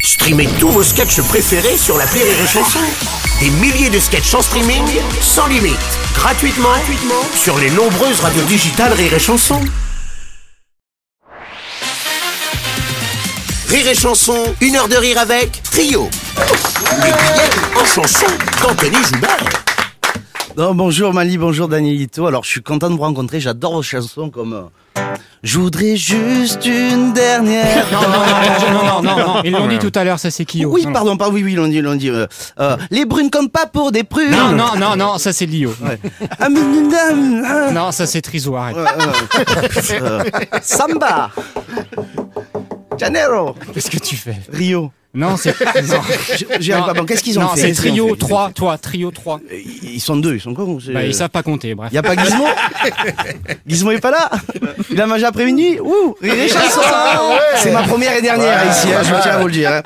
Streamez tous vos sketchs préférés sur la Rire et Chanson. Des milliers de sketchs en streaming, sans limite, gratuitement, gratuitement sur les nombreuses radios digitales Rire et Chanson. Rire et Chanson, une heure de rire avec Trio. Les billets en chanson d'Anthony Joubert. Non, bonjour Mali, bonjour Danielito. Alors, je suis content de vous rencontrer, j'adore vos chansons comme. euh, Je voudrais juste une dernière. Non, non, non, ils l'ont dit tout à l'heure, ça c'est Kyo. Oui, Non, non. pardon, pardon, oui, oui, l'on dit, l'on dit. euh, euh, les brunes comme pas pour des prunes. Non, non, non, non, ça c'est Lio. Ouais. Ah, mais, non, non, hein. non. Non, ça c'est Triso, arrête. Euh, Samba. Janeiro. Qu'est-ce que tu fais Rio. Non, c'est. non. J'y arrive Non. pas. Bon, qu'est-ce qu'ils ont Non, fait c'est Qu'est-ce qu'ils ont Trio fait 3, toi, Trio 3. Ils sont deux, ils sont cons. Il Bah, ils savent pas compter, bref. y a pas Gizmo Gizmo est pas là Il a mangé après-midi Ouh Rire et Ah, chanson C'est ma première et dernière ici, hein, je tiens à vous le dire. hein.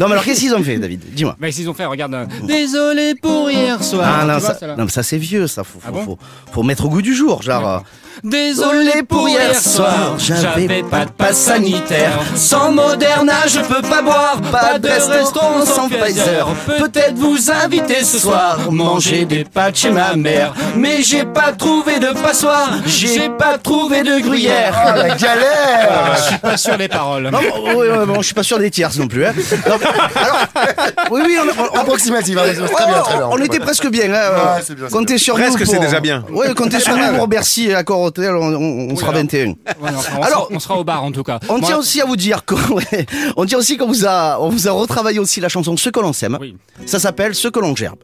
Non mais alors qu'est-ce qu'ils ont fait David Dis-moi. Bah, ils ont fait, regarde. euh, Désolé pour hier soir. Ah, non, Tu vois, ça, celle-là. non, mais ça c'est vieux ça, faut, faut, Ah bon faut, faut mettre au goût du jour, genre... Désolé pour hier soir, j'avais pas de passe sanitaire. Sans Moderna, je peux pas boire. Pas de restaurant sans Pfizer. Peut-être vous inviter ce soir. Manger des pâtes chez ma mère. Mais j'ai pas trouvé de passoire. J'ai pas euh. trouvé de gruyère. Oh la galère Ah, Je suis pas sûr les paroles. Non, bon, oui, oui, bon, je suis pas sûr des tierces non plus. hein. Non, alors, oui, oui, on, on- on- Approximative, hein, Ouais, Oh, très bien, très bien. on était presque bien. Hein, Ouais, c'est bien, c'est Ah, comptez sur Presque, nous c'est pour- déjà bien. Ouais, comptez sur nous pour Bercy et Accor Hôtel, on, on- on sera alors. 21. Alors- Alors, on sera au bar en tout cas. On Moi- tient aussi à vous dire qu'on ouais, on tient aussi qu'on vous a on vous a retravaillé aussi la chanson Ce que l'on sème. Oui. Ça s'appelle Ce que l'on gerbe.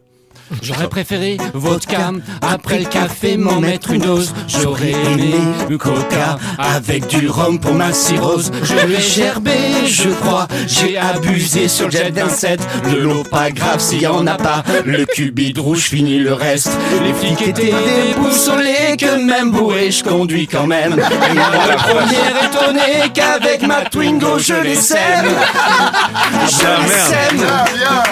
J'aurais préféré vodka, après le café m'en mettre une dose. J'aurais aimé le coca, avec du rhum pour ma cirrhose. Je l'ai gerbé, je crois, j'ai abusé sur le jet d'un set. De l'eau pas grave s'il y en a pas, le cubide rouge finit le reste. Les flics étaient déboussolés, que même bourré je conduis quand même. Et la première étonnée qu'avec ma Twingo je les sème. Je Ah, les merde. sème. Ah, bien.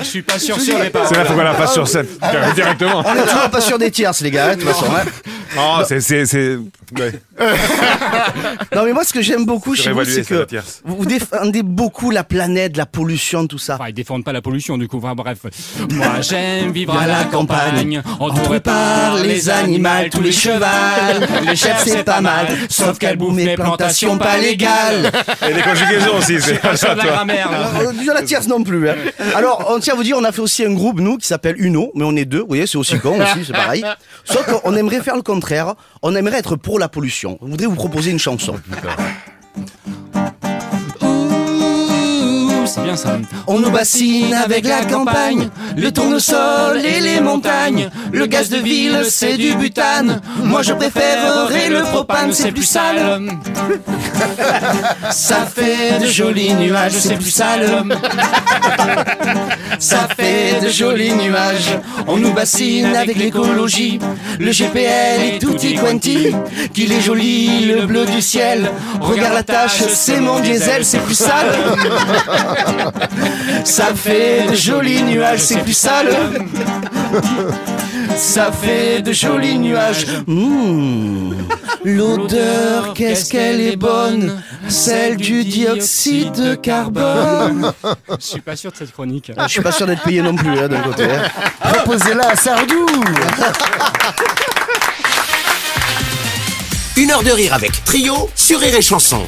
Je suis pas sûr sur les C'est là, faut qu'on la fasse sur 7. Directement. On est toujours pas sûr des tierces les gars, hein, de toute façon. hein. Oh, c'est, c'est, c'est. Ouais. Non mais moi ce que j'aime beaucoup chez vous réévalué, c'est ça, la que tierce. vous défendez beaucoup la planète, la pollution, tout ça. Enfin, ils défendent pas la pollution, du coup, enfin, bref. Moi, j'aime vivre à la campagne, entouré par les animaux, tous les chevaux. Les chefs, c'est pas mal, sauf qu'elles bouffent les plantations pas légales. Et les conjugaisons aussi, c'est pas Ça ça, de la toi. grammaire, là. Alors, euh, la tierce non plus. hein. Alors, on tient à vous dire, on a fait aussi un groupe, nous, qui s'appelle Uno, mais on est deux, vous voyez, c'est aussi con aussi, c'est pareil. Sauf qu'on aimerait faire le contraire, on aimerait être pour la pollution. On voudrait vous proposer une chanson. Ouh, C'est bien ça. On nous bassine avec la campagne, le tournesol et les montagnes. Le gaz de ville, c'est du butane. Moi, je préférerais le propane, c'est plus sale. Ça fait de jolis nuages, c'est plus sale. Ça fait de jolis nuages. On nous bassine avec l'écologie, le GPL et tout y quanti. Qu'il est joli, le bleu du ciel. Regarde la tache, c'est mon diesel, c'est plus sale. Ça fait de jolis nuages, c'est plus sale. Ça fait de jolis nuages. Mmh. L'odeur, qu'est-ce qu'elle est bonne, celle du dioxyde de carbone. Je suis pas sûr de cette chronique. Je suis pas sûr d'être payé non plus, hein, d'un côté. hein. Proposez-la à Sardou. Une heure de rire avec Trio sur Rire et Chanson.